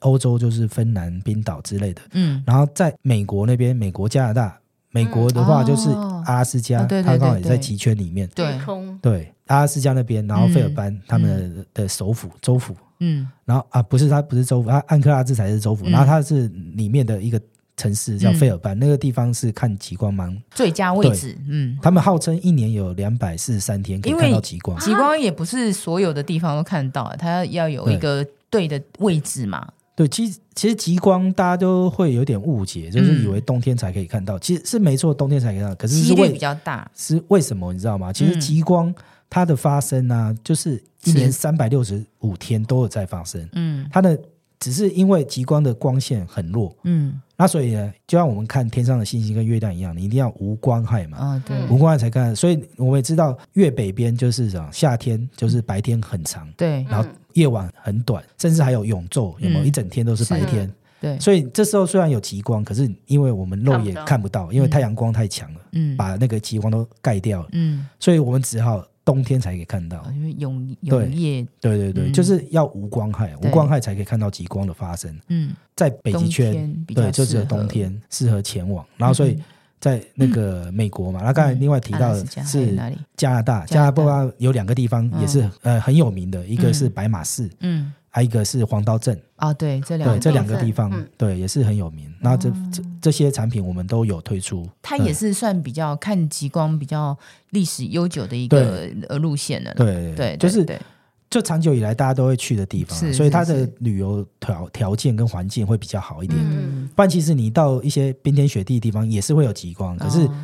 欧洲就是芬兰、冰岛之类的。
嗯，
然后在美国那边，美国、加拿大，美国的话就是
哦
阿拉斯加，
哦对对
它刚好
对
也在
对
极圈里面。
对
对，冲
对，阿拉斯加那边，然后费尔班、他们
嗯
的的首府州府，
嗯
然后啊不是它不是州府，它安克拉治才是州府，
嗯
然后它是里面的一个城市叫
嗯
费尔班，那个地方是看极光蛮，
最佳位置，嗯，
他们号称一年有两百四十三天可以
因为
看到极光。
极光也不是所有的地方都看到，它要有
对
一个对的位置嘛，
对，其实其实极光大家都会有点误解，就是以为冬天才可以看到，其实是没错，冬天才可以看到，可是
嗯几
是
率
为
比较大。
是为什么你知道吗？其实
嗯
极光它的发生啊，就是一
是
年三百六十五天都有在发生，
嗯
它的只是因为极光的光线很弱，
嗯
那所以呢，就像我们看天上的星星跟月亮一样，你一定要无光害嘛，
啊，对
嗯
无光害才看得。所以我们也知道，越北边就是什么夏天，就是白天很长，
对
然后夜晚很短，甚至还有永昼，有没有
嗯
一整天都是白天？
对，
所以这时候虽然有极光，可是因为我们肉
看
眼
不到
看不到，因为太阳光太强了，
嗯
把那个极光都盖掉了，
嗯，
所以我们只好冬天才可以看到
啊。因为永
对
永夜，
对对对，
嗯
就是要无光害，无
对
光害才可以看到极光的发生。
嗯，
在北极
冬
圈
天，比较
对，就只有
适合嗯
冬天适合前往。然后所以在那个美国嘛，那刚才另外提
阿
到
拉斯嗯
的
啊加还有
是
哪里？
加拿大，加
加
拿
拿大
大有两个地方也是呃很有名的，一个是白马寺，
嗯
还有一个是黄刀镇，
啊，对，这两
对，
个哦
这两个地方
嗯
对也是很有名。然后这这这些产品我们都有推出，
它
对
也是算比较看极光比较历史悠久的一个呃路线了啦。
对
对，
就是
对
就长久以来大家都会去的地方啊，
是
所以
是
它的
是
旅游条条件跟环境会比较好一点。
嗯，
不然其实你到一些冰天雪地的地方也是会有极光，可是
哦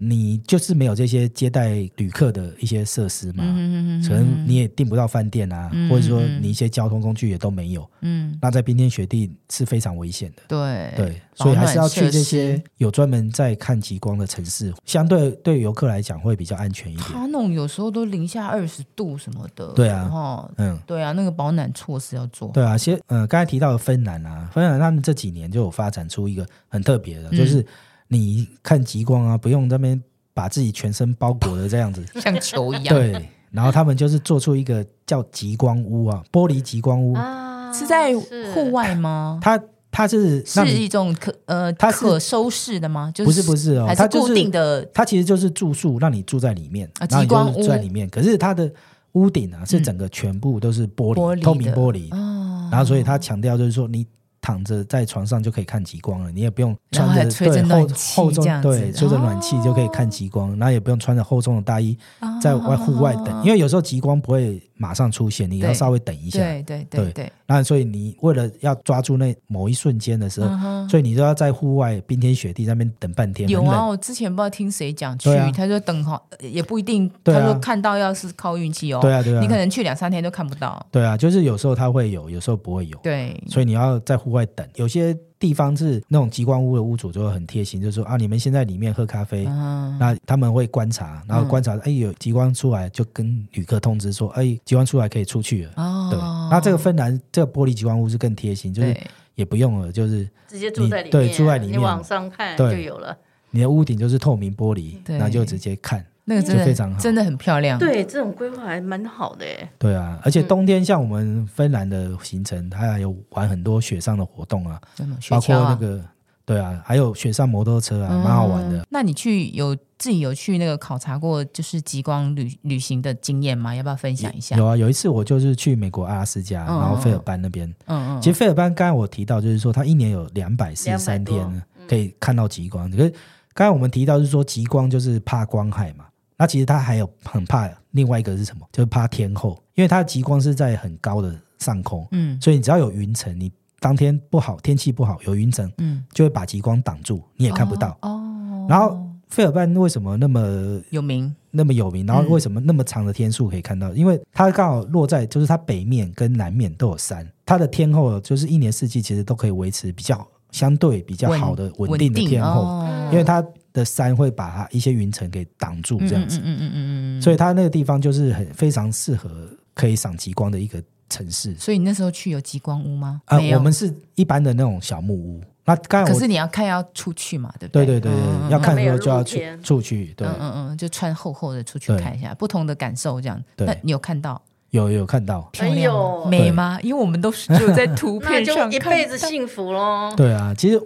你就是没有这些接待旅客的一些设施嘛，
嗯
啊可能你也订不到饭店啊，
嗯
或者说你一些交通工具也都没有。
嗯，
那在冰天雪地是非常危险的，
对
对，
保
所以还是要
暖
去
设
这
施
些有专门在看极光的城市，相对对游客来讲会比较安全一点。
它那种有时候都零下二十度什么的，
对啊
哦，
嗯，
对啊，那个保暖措施要做好。
对啊，先呃，刚才提到的芬兰啊，芬兰他们这几年就有发展出一个很特别
嗯
的，就是你看极光啊，不用在那边把自己全身包裹的这样子，
像球一样，
对，然后他们就是做出一个叫极光屋啊，玻璃极光屋，
啊
是在
是
户外吗？
它它是让
是
你
一种可呃
它是
可收拾的吗？就
不是不是哦
还
它
是
就是
固定的
它其实就是住宿，让你住在里面，
啊
然后你
极光
就是
屋嗯
住在里面。可是它的屋顶啊，是整个全部都是玻璃，
玻璃
透明
的
玻璃。
哦，
然后所以它强调就是说，你躺着在床上就可以看极光了，你也不用
然后
穿
还
着
吹着
对
暖
厚
气
厚重
这样子
对吹着暖气就可以看极光，然后也不用穿着厚重的大衣在外户外等，因为有时候极光不会马上出现，你要
哦对
稍微等一下。
对对对
对
对，
那所以你为了要抓住那某一瞬间的时
嗯
候，所以你就要在户外冰天雪地在那边等半天，
有
很
啊，
冷。
我之前不知道听谁讲去
对啊，
他说等好呃也不一定，
对啊
他说看到要是靠运气哦，
对啊，对啊，
你可能去两三天都看不到，
对啊，就是有时候它会有，有时候不会有，
对，
所以你要在户外等。有些地方是那种极光屋的屋主就会很贴心，就说啊，你们先在里面喝咖啡，
嗯，
那他们会观察，然后观察，哎，有极光出来就跟旅客通知说，哎，极光出来可以出去了。
哦，
对，那这个芬兰这个玻璃极光屋是更贴心，就是
对
也不用了，就是
直接住在
你
里面，
对住在里面
你往上看
对
就有了。
你的屋顶就是透明玻璃，
对
那就直接看。
那个真
就
的
非常好
真的很漂亮，
对，这种规划还蛮好的耶，
对啊，而且
嗯
冬天像我们芬兰的行程，它还有玩很多雪上的活动啊，
真的，雪
包括
橇啊嗯
那个对啊，还有雪上摩托车啊，蛮好玩的。
那你去有自己有去那个考察过就是极光旅旅行的经验吗？要不要分享一下？
有啊，有一次我就是去美国阿拉斯加，
嗯
然后费尔班那边。
嗯嗯，
其实费尔班刚才我提到，就是说它一年有两百四十三
200多
天可以看到极光。可是刚才我们提到，就是说极光就是怕光害嘛。那其实它还有很怕另外一个是什么？就是怕天候，因为它的极光是在很高的上空，
嗯
所以你只要有云层，你当天不好，天气不好，有云层
嗯，
就会把极光挡住，你也看不到。
哦，
然后费尔班为什么那么
有名，
那么有名？然后
嗯
为什么那么长的天数可以看到？因为它刚好落在就是它北面跟南面都有山，它的天候就是一年四季其实都可以维持比较相对比较好的稳定的天候，
哦
因为它的山会把它一些云层给挡住这样子，
嗯嗯嗯嗯嗯嗯，
所以它那个地方就是很非常适合可以赏极光的一个城市。
所以你那时候去有极光屋吗？
啊
没，有
我们是一般的那种小木屋。那刚才
可
我
是你要看要出去嘛，对不
对对
对嗯
对对，
嗯
要
嗯
看
没
的时
有
候就要
露
出
天
出去，对
嗯嗯嗯，就穿厚厚的出去
对
看一下，不同的感受这样。
对
那你有看到？
有有看到，
漂亮吗
哎呦
美吗？因为我们都是只有在图
那
片
就
上
一
看
辈子
到
幸福喽。
对啊，其实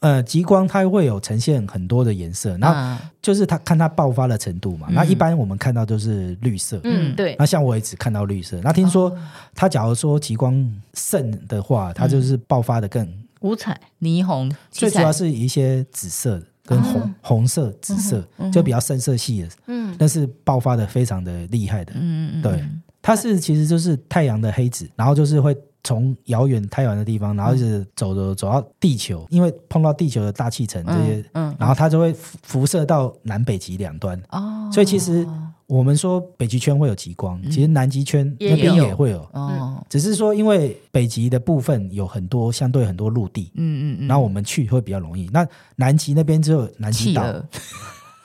呃极光它会有呈现很多的颜色，那
啊
就是它看它爆发的程度嘛。那一般我们看到就是绿色，
嗯，对，
那像我也只看到绿色。那听说它假如说极光盛的话，它就是爆发的更，
五彩
霓虹，
最主
七
要
彩
是一些紫色的跟红、红色、紫色、就比较深色系的，嗯，但是爆发的非常的厉害的，
嗯嗯嗯，
对，它是其实就是太阳的黑子，然后就是会从遥远太阳的地方，然后就是走走走到地球，因为碰到地球的大气层这些，
嗯嗯
然后它就会辐辐射到南北极两端。
哦，
所以其实我们说北极圈会有极光，
嗯
其实南极圈那边
也有
也会有，
哦，
只是说因为北极的部分有很多相对很多陆地，
嗯嗯嗯，
然后我们去会比较容易。那南极那边只有南极
气
岛，
了，，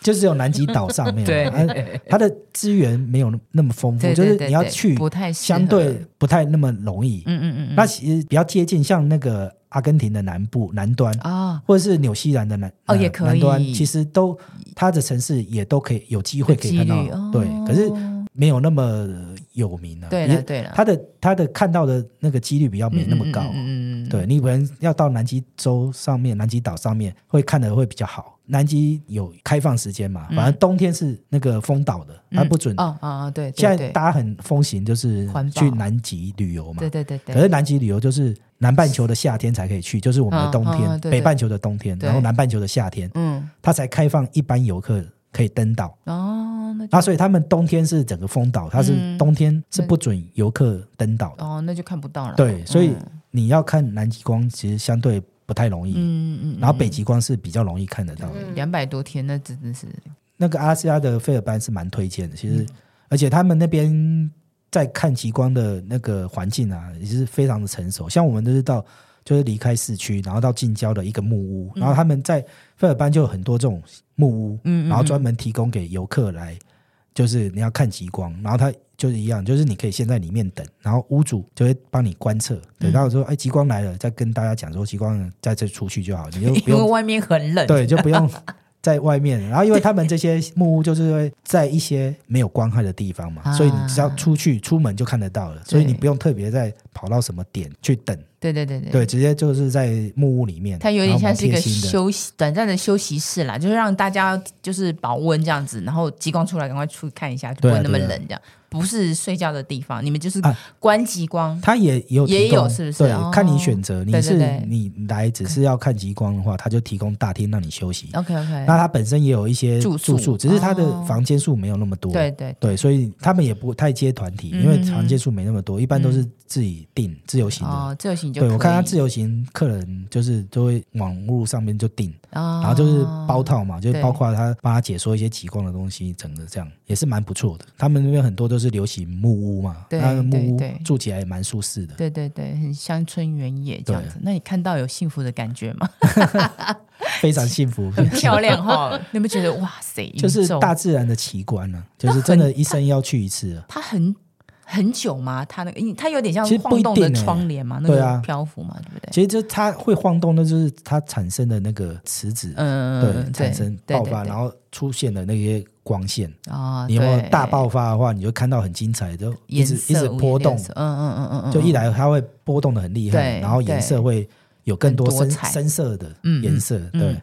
就只有南极岛上 面
对
啊它的资源没有那么丰富，
对
就
对
是
对，
你要
对
去
不太适
相对
合
不太那么容易。
嗯嗯嗯嗯，
那其实比较接近像那个阿根廷的南部南端，
啊，
或者是纽西兰的南
哦
呃
也可以
南端，其实都它的城市也都可以有机会可以看
有几率哦
到，对，可是没有那么有名啊。
对
也
了对了
它的它的看到的那个几率比较没那么高。啊
嗯嗯嗯嗯，
对你可能要到南极洲上面、南极岛上面会看的会比较好。南极有开放时间嘛，
嗯
反正冬天是那个封岛的，它不准。
哦哦对，对
现在
对
大家很风行就是
环保
去南极旅游嘛
对，对对对，
可是南极旅游就是南半球的夏天才可以去，就是我们的冬天，
嗯嗯对
北半球的冬天，
对
然后南半球的夏天，
嗯
它才开放一般游客可以登岛。
哦那就
那所以他们冬天是整个封岛，它
嗯
是冬天是不准游客登岛的。
哦那就看不到了，
对，所以
嗯
你要看南极光，其实相对不太容易。
嗯嗯
然后北极光是比较容易看得到的。
嗯，两百多天那真的是
那个阿斯加的费尔班是蛮推荐的，其实，
嗯
而且他们那边在看极光的那个环境啊，也是非常的成熟。像我们都是到就是离开市区，然后到近郊的一个木屋，
嗯
然后他们在费尔班就有很多这种木屋，
嗯嗯
然后专门提供给游客来，就是你要看极光，然后他。就是一样，就是你可以先在里面等，然后屋主就会帮你观测，等到说哎极光来了，再跟大家讲说极光了再再出去就好，你就不
因为
用
外面很冷，
对，就不用在外面。然后，因为他们这些木屋就是会在一些没有光害的地方嘛，
啊
所以你只要出去出门就看得到了，所以
对
你不用特别再跑到什么点去等，
对对对对
对，。直接就是在木屋里面。
它有点像是一个
然后蛮贴心的
休息短暂的休息室啦，就是让大家就是保温这样子，然后极光出来赶快出去看一下，就不
对啊
会那么
对啊
冷这样。不是睡觉的地方，你们就是
啊
观极光。
它也有提
也
供
有是不是
对，
哦
看你选择，你
对对
是
对
你来只是要看极光的话，它就提供大厅让你休息。
OK OK，
那它本身也有一些
住
住
宿
宿，只是它的
哦
房间数没有那么多。
对对
对，所以他们也不太接团体，因为
嗯嗯嗯
房间数没那么多，一般都是自己订自由行的。
哦，自由行就
对，我看他自
由，
由行客人就是都会网络上面就订，
然
然后就是包套嘛，就
哦
是
对
包括他帮他解说一些极光的东西，整个这样也是蛮不错的。他们那边很多都是流行木屋嘛，
对
那木屋
对对
住起来也蛮舒适的。
对对对，很乡村原野这样子。那你看到有幸福的感觉吗？
非常幸福，
很漂亮 哈、你有没有觉得哇塞？
就是
宇宙
大自然的奇观呢、就是真的，一生要去一次啊。
它很很久吗？它那个，因为它有点像
其实不
晃
一
动的
定欸
窗帘嘛，那
对啊
个漂浮嘛，对不对？
其实就它会晃动，那就是它产生的那个磁子，啊
嗯，
对，产生
对
爆
对
发，
对
然后出现的那些光线。
啊，
你有没有
对
大爆发的话，你就看到很精彩，就一
颜
直
色
一直
五颜
波
六
动，
色嗯嗯嗯嗯嗯，
就一来它会波动的很厉害，
对
然后颜色会有更多
很多
深
彩
深色的
嗯嗯
颜色。对，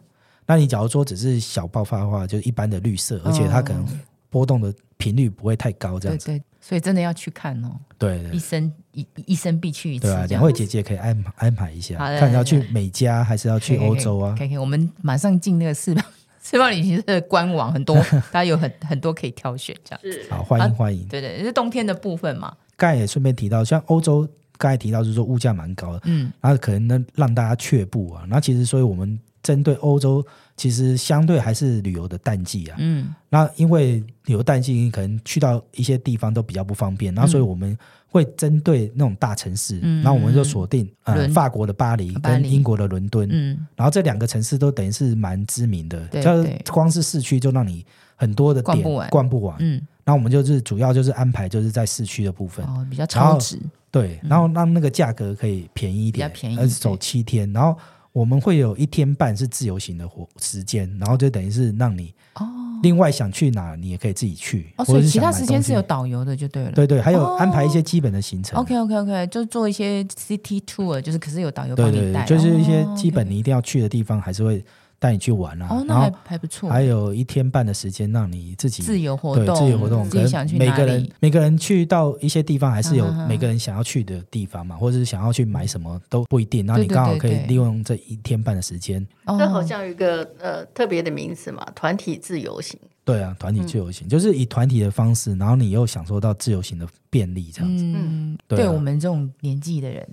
那你假如说只是小爆发的话，就是一般的绿色，而且它可
哦
能波动的频率不会太高，这
对
样子。
对，所以真的要去看哦，
对
一
对
生一一生必去一次
对啊，
这
两
样。
位姐姐可以安排安排一下，
好的
看你要去
好的
美加还是要去欧洲啊
可？以可以，我们马上进那个 四宝四宝旅行社的官网，很 多它有很很多可以挑选这样。
是
好，欢
啊
迎欢迎。
对对，是冬天的部分嘛，
刚才也顺便提到，像欧洲刚才提到，就是说物价蛮高的，
嗯，
然后可能能让大家却步啊。那其实，所以我们针对欧洲，其实相对还是旅游的淡季啊。
嗯，
那因为旅游淡季，可能去到一些地方都比较不方便，然后所以我们会针对那种大城市，
嗯
然后我们就锁定呃
伦哦
法国的巴黎
巴
跟
黎
英国的伦敦，
嗯，
然后这两个城市都等于是蛮知名的，
对
就是
对
光是市区就让你很多的
逛
点
不完
逛不完。
嗯，
那我们就是主要就是安排就是在市区的部分，
哦，比较
然后
超值，
对，然后让那个价格可以便宜一
嗯
点，
比较便宜
呃走七天，然后我们会有一天半是自由行的活时间，然后就等于是让你
哦，
另外想去哪，你也可以自己去，
哦，
或
所
者
以
是
其
想
他
买
时
东
间
西
是有导游的就对了。
对对，还有
哦
安排一些基本的行程。
OK OK OK，就做一些 City Tour，就是可是有导游
对
帮
对
你带，
对，就是一些
哦
基本
OK
你一定要去的地方，还是会带你去玩啊。
哦，那
然
还
后
还不错，
还有一天半的时间让你自己
自由活
对
动，
自由活动，
自
可
己想
能
去
每
哪
个人
里。
每个人去到一些地方，还是有
啊哈哈
每个人想要去的地方嘛，或者是想要去买什么都不一定。那你
对对
刚好
对
可以
对
利用这一天半的时间，
哦
这好像有一个呃特别的名词嘛，团体自由行。
对啊，团体
嗯
自由行就是以团体的方式，然后你又享受到自由行的便利，这样子。
嗯，
对啊
对我们这种年纪的人，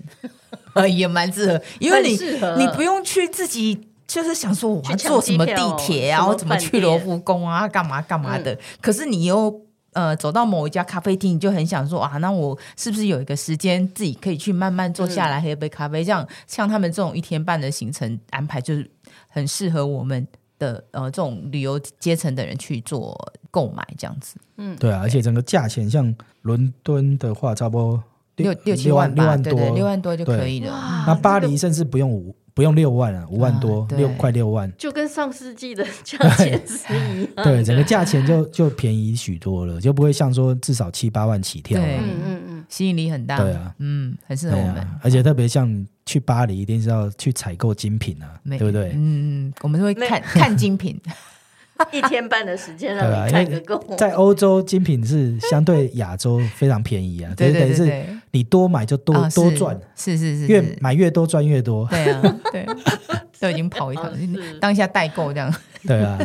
也蛮适合，因为
很
你
适合
你不用去自己。就是想说我要
去抢
坐什么
机
地
票
铁
什
啊，
么
我怎么
饭
去
店
罗浮宫啊，干嘛干嘛的。
嗯
可是你又呃走到某一家咖啡厅，你就很想说啊，那我是不是有一个时间自己可以去慢慢坐下来喝一杯咖啡？这样像他们这种一天半的行程安排，就是很适合我们的呃这种旅游阶层的人去做购买这样子。
对啊，而且整个价钱，像伦敦的话，差不多
六
六
七
万
吧，
万
对对，六
多。
万多就
对
可以了。
那巴黎甚至不用五，不用六万啊，五万
啊
多，
对
六快六万。
就跟上世纪的价钱是一样的。
对，整个价钱就就便宜许多了，就不会像说至少七八万起跳
对
了。
嗯嗯嗯，
吸引力很大。
对啊，
嗯，很适合
对
我们。
啊，而且特别像去巴黎，一定是要去采购精品啊，
没
对不对？
嗯，我们会
没
看 看精 品，
一天半的时间让
对啊
你看个够。
在欧洲，精品是相对亚洲非常便宜啊，就
对
是等
对对
于是
对，
你多买就多
啊
多
是
赚，
是是是
越
是，
买越多赚越多，
对 啊，对，都已经跑一趟
啊是，
当下代购这样，
对啊，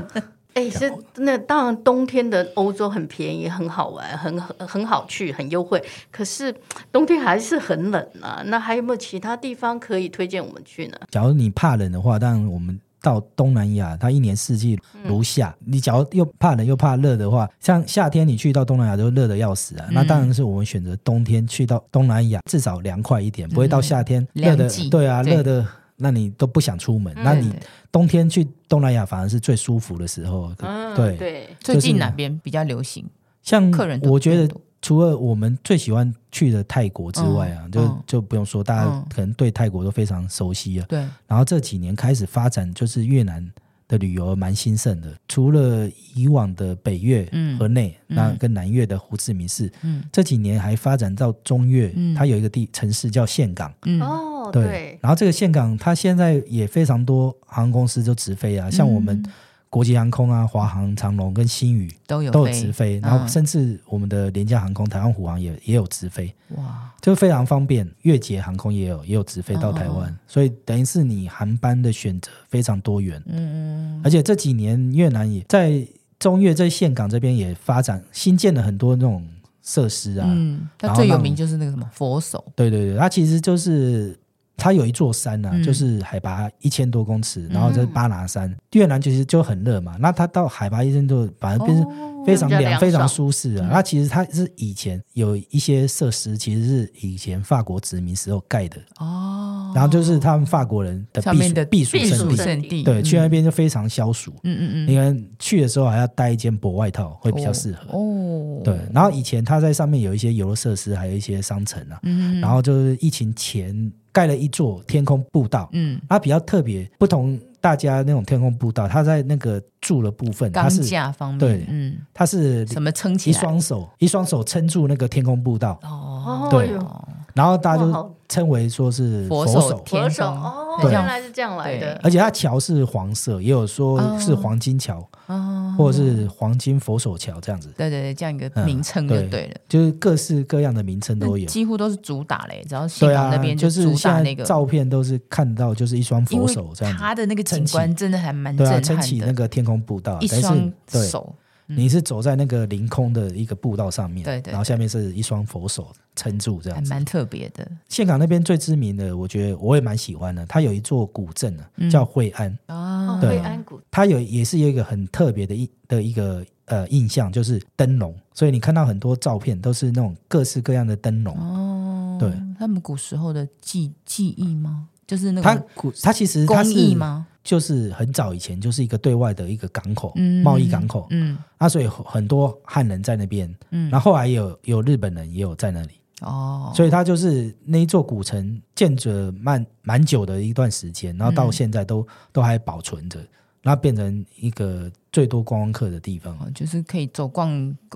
哎，是那当然，冬天的欧洲很便宜，很好玩，很很很好去，很优惠。可是冬天还是很冷啊。那还有没有其他地方可以推荐我们去呢？
假如你怕冷的话，当然我们到东南亚，它一年四季
嗯
如夏。你假如又怕冷又怕热的话，像夏天你去到东南亚都热的要死
嗯
啊。那当然是我们选择冬天去到东南亚，至少凉快一点，不会到夏天热的
嗯凉季，
对啊，
对嗯
热的。那你都不想出门，那你
对对
冬天去东南亚反而是最舒服的时候。
嗯，
对，
对，
最
就是
近哪边比较流行？
像
客人都
我觉
变
得
多
除了我们最喜欢去的泰国之外啊，
嗯
就
嗯
就不用说，大家
嗯
可能对泰国都非常熟悉啊。
对，
然后这几年开始发展，就是越南的旅游蛮兴盛的。除了以往的北越、
嗯
河内，
嗯
那跟南越的胡志明市，
嗯
这几年还发展到中越，
嗯
它有一个地城市叫岘港。
嗯，
哦，
对，
对，
然后这个岘港，它现在也非常多航空公司就直飞
嗯
啊，像我们国际航空啊、华航、长龙跟新宇
都有
都有
飞
直飞，然后
嗯
甚至我们的廉价航空台湾虎航也也有直飞。
哇，
就非常方便，越捷航空也有也有直飞到台
哦
湾，所以等于是你航班的选择非常多元。
嗯嗯
而且这几年越南也在中越在岘港这边也发展新建了很多那种设施啊，
嗯，
然
那
后
最有
让
名就是那个什么佛手，
对对对，它其实就是它有一座山啊，
嗯
就是海拔一千多公尺，然后这是巴拿山。越南其实就很热嘛，那它到海拔一千多，反而变成
哦
非常
比较
凉、
凉
非常
爽
舒适啊。
嗯
那其实它是以前有一些设施，其实是以前法国殖民时候盖的，
哦，
然后就是他们法国人的
上
避
面的
暑避暑
避
胜
暑
地，
圣
胜
地，
地
对，去那
嗯
边就非常消暑。
嗯嗯
你看去的时候还要带一件薄外套，会
嗯，
比较适合。
哦，
对，然后以前他在上面有一些游乐设施，还有一些商城啊。
嗯，嗯
然后就是疫情前盖了一座天空步道，
嗯，
它比较特别，不同大家那种天空步道，它在那个住的部分，它
钢
是
架方面，
对
嗯，
它是
什么撑起
一
来，
双手一双手撑住那个天空步道，
哦，
对
哦
然后大家
哇
就
好
称为说是
佛
佛
手
手，
天
佛手
空
哦，
对
原来是这样来的。
而且它桥是黄色，也有说是
哦
黄金桥、
哦，
或者是黄金佛手桥这样子，
对对对，这样一个
嗯
名称就对了。
就是各式各样的名称都
那
有。
几乎都是主打嘞，只要香
对
港
啊
那边，
就是
主
现
打
在
那个，
照片都是看到，就是一双
因
佛
为
手这样子。
它的那个景观真的还蛮
对
震
啊，
撼
撑起那
的，
个天空步道，
一
等于是
双
对啊
手，嗯
你是走在那个凌空的一个步道上面，
对对对
然后下面是一双佛手撑住这
还
样子。
蛮特别的。
岘港那边最知名的，我觉得我也蛮喜欢的，它有一座古镇啊，
嗯
叫惠安，
哦
啊，
对
惠安谷
它有也是有一个很特别的一的一个呃印象，就是灯笼，所以你看到很多照片都是那种各式各样的灯笼。
哦，
对，
他们古时候的记记忆吗？就是那
它
个
古它其实它
工
是
艺吗？
就是很早以前就是一个对外的一个港口，
嗯，
贸易港口，
嗯
那所以很多汉人在那边，
嗯，
然后后来有有日本人也有在那里。
哦，
所以它就是那一座古
嗯
城建着蛮蛮久的一段时间，然后到现在都、都还保存着。那变成一个最多观光客的地方。
哦就是可以走逛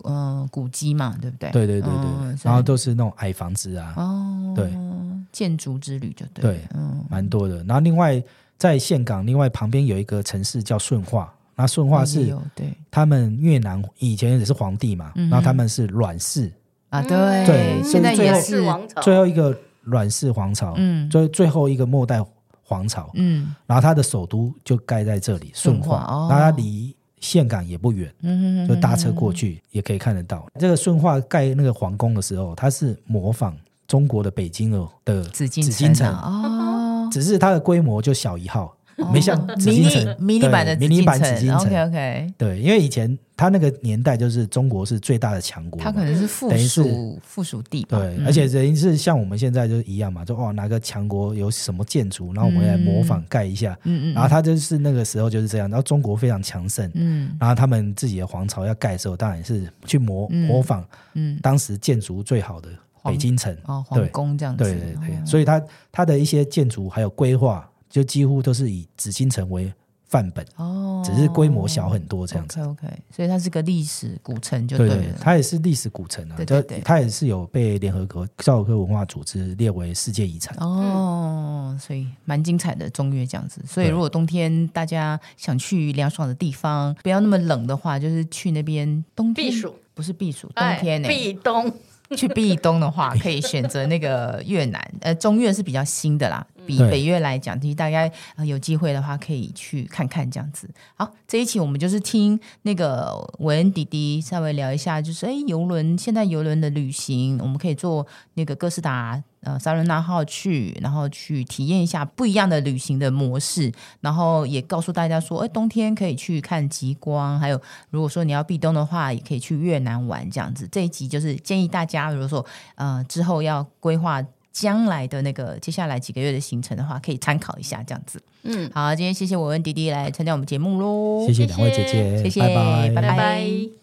呃古迹嘛，对不对？
对对对对，
嗯
然后都是那种矮房子啊，
哦，
对，
建筑之旅就对了，
对
嗯，
蛮多的。然后另外在岘港，另外旁边有一个城市叫顺化，那顺化
哦也
是
有对
他们越南以前也是皇帝嘛，
嗯哼
然后他们是阮氏，
啊，对
对所
现
以
在
最
也
后
嗯是王朝，
最后一个阮氏皇朝，
哦嗯
最最后一个末代皇朝，
嗯
然后它的首都就盖在这里顺
顺化
化，
哦
那它离岘港也不远。
嗯，
就搭车过去也可以看得到。这个顺化盖那个皇宫的时候，它是模仿中国的北京的的
紫禁
紫禁
城
城，
啊，哦，哦
只是它的规模就小一号，没像紫
迷
禁城
你迷你版的
对迷你版
紫
紫禁城。
，OK OK，
对，因为以前它那个年代就是中国是最大的强国嘛，
它可能是附
等于是
属附属地吧，
对，
嗯
而且等于是像我们现在就是一样嘛，就哦哪个强国有什么建筑，然后我们来模仿盖一下。
嗯嗯
然后它就是那个时候就是这样，然后中国非常强盛，
嗯
然后他们自己的皇朝要盖的时候，当然也是去模、
嗯
模仿
嗯，
当时建筑最好的北京城。
哦，皇
对
宫这样子，
对对对，
哦
所以它它的一些建筑还有规划，就几乎都是以紫禁城为范本，
哦，
只是规模小很多这样子。
OK OK，所以它是个历史古城就
对
了。
对，它也是历史古城啊，
对
就
对对
它也是有被联合国教科文化组织列为世界遗产。
嗯
哦，所以蛮精彩的中越这样子。所以
对
如果冬天大家想去凉爽的地方，不要那么冷的话，就是去那边冬天
避暑，
不是避暑，冬
哎
天呢、
避冬，
去避冬的话，可以选择那个越南，呃，中越是比较新的啦，比
对
北越来讲，其实大概、呃、有机会的话可以去看看这样子。好，这一期我们就是听那个韦恩弟弟稍微聊一下，就是哎，游轮现在游轮的旅行，我们可以做那个哥斯达。呃，沙伦纳号去，然后去体验一下不一样的旅行的模式，然后也告诉大家说，哎，冬天可以去看极光，还有如果说你要避冬的话，也可以去越南玩这样子。这一集就是建议大家，如果说呃之后要规划将来的那个接下来几个月的行程的话，可以参考一下这样子。
嗯，
哦好，今天谢谢我跟迪迪来参加我们节目喽，
谢谢两位姐
谢
姐，
谢谢
拜拜
拜
拜拜
拜。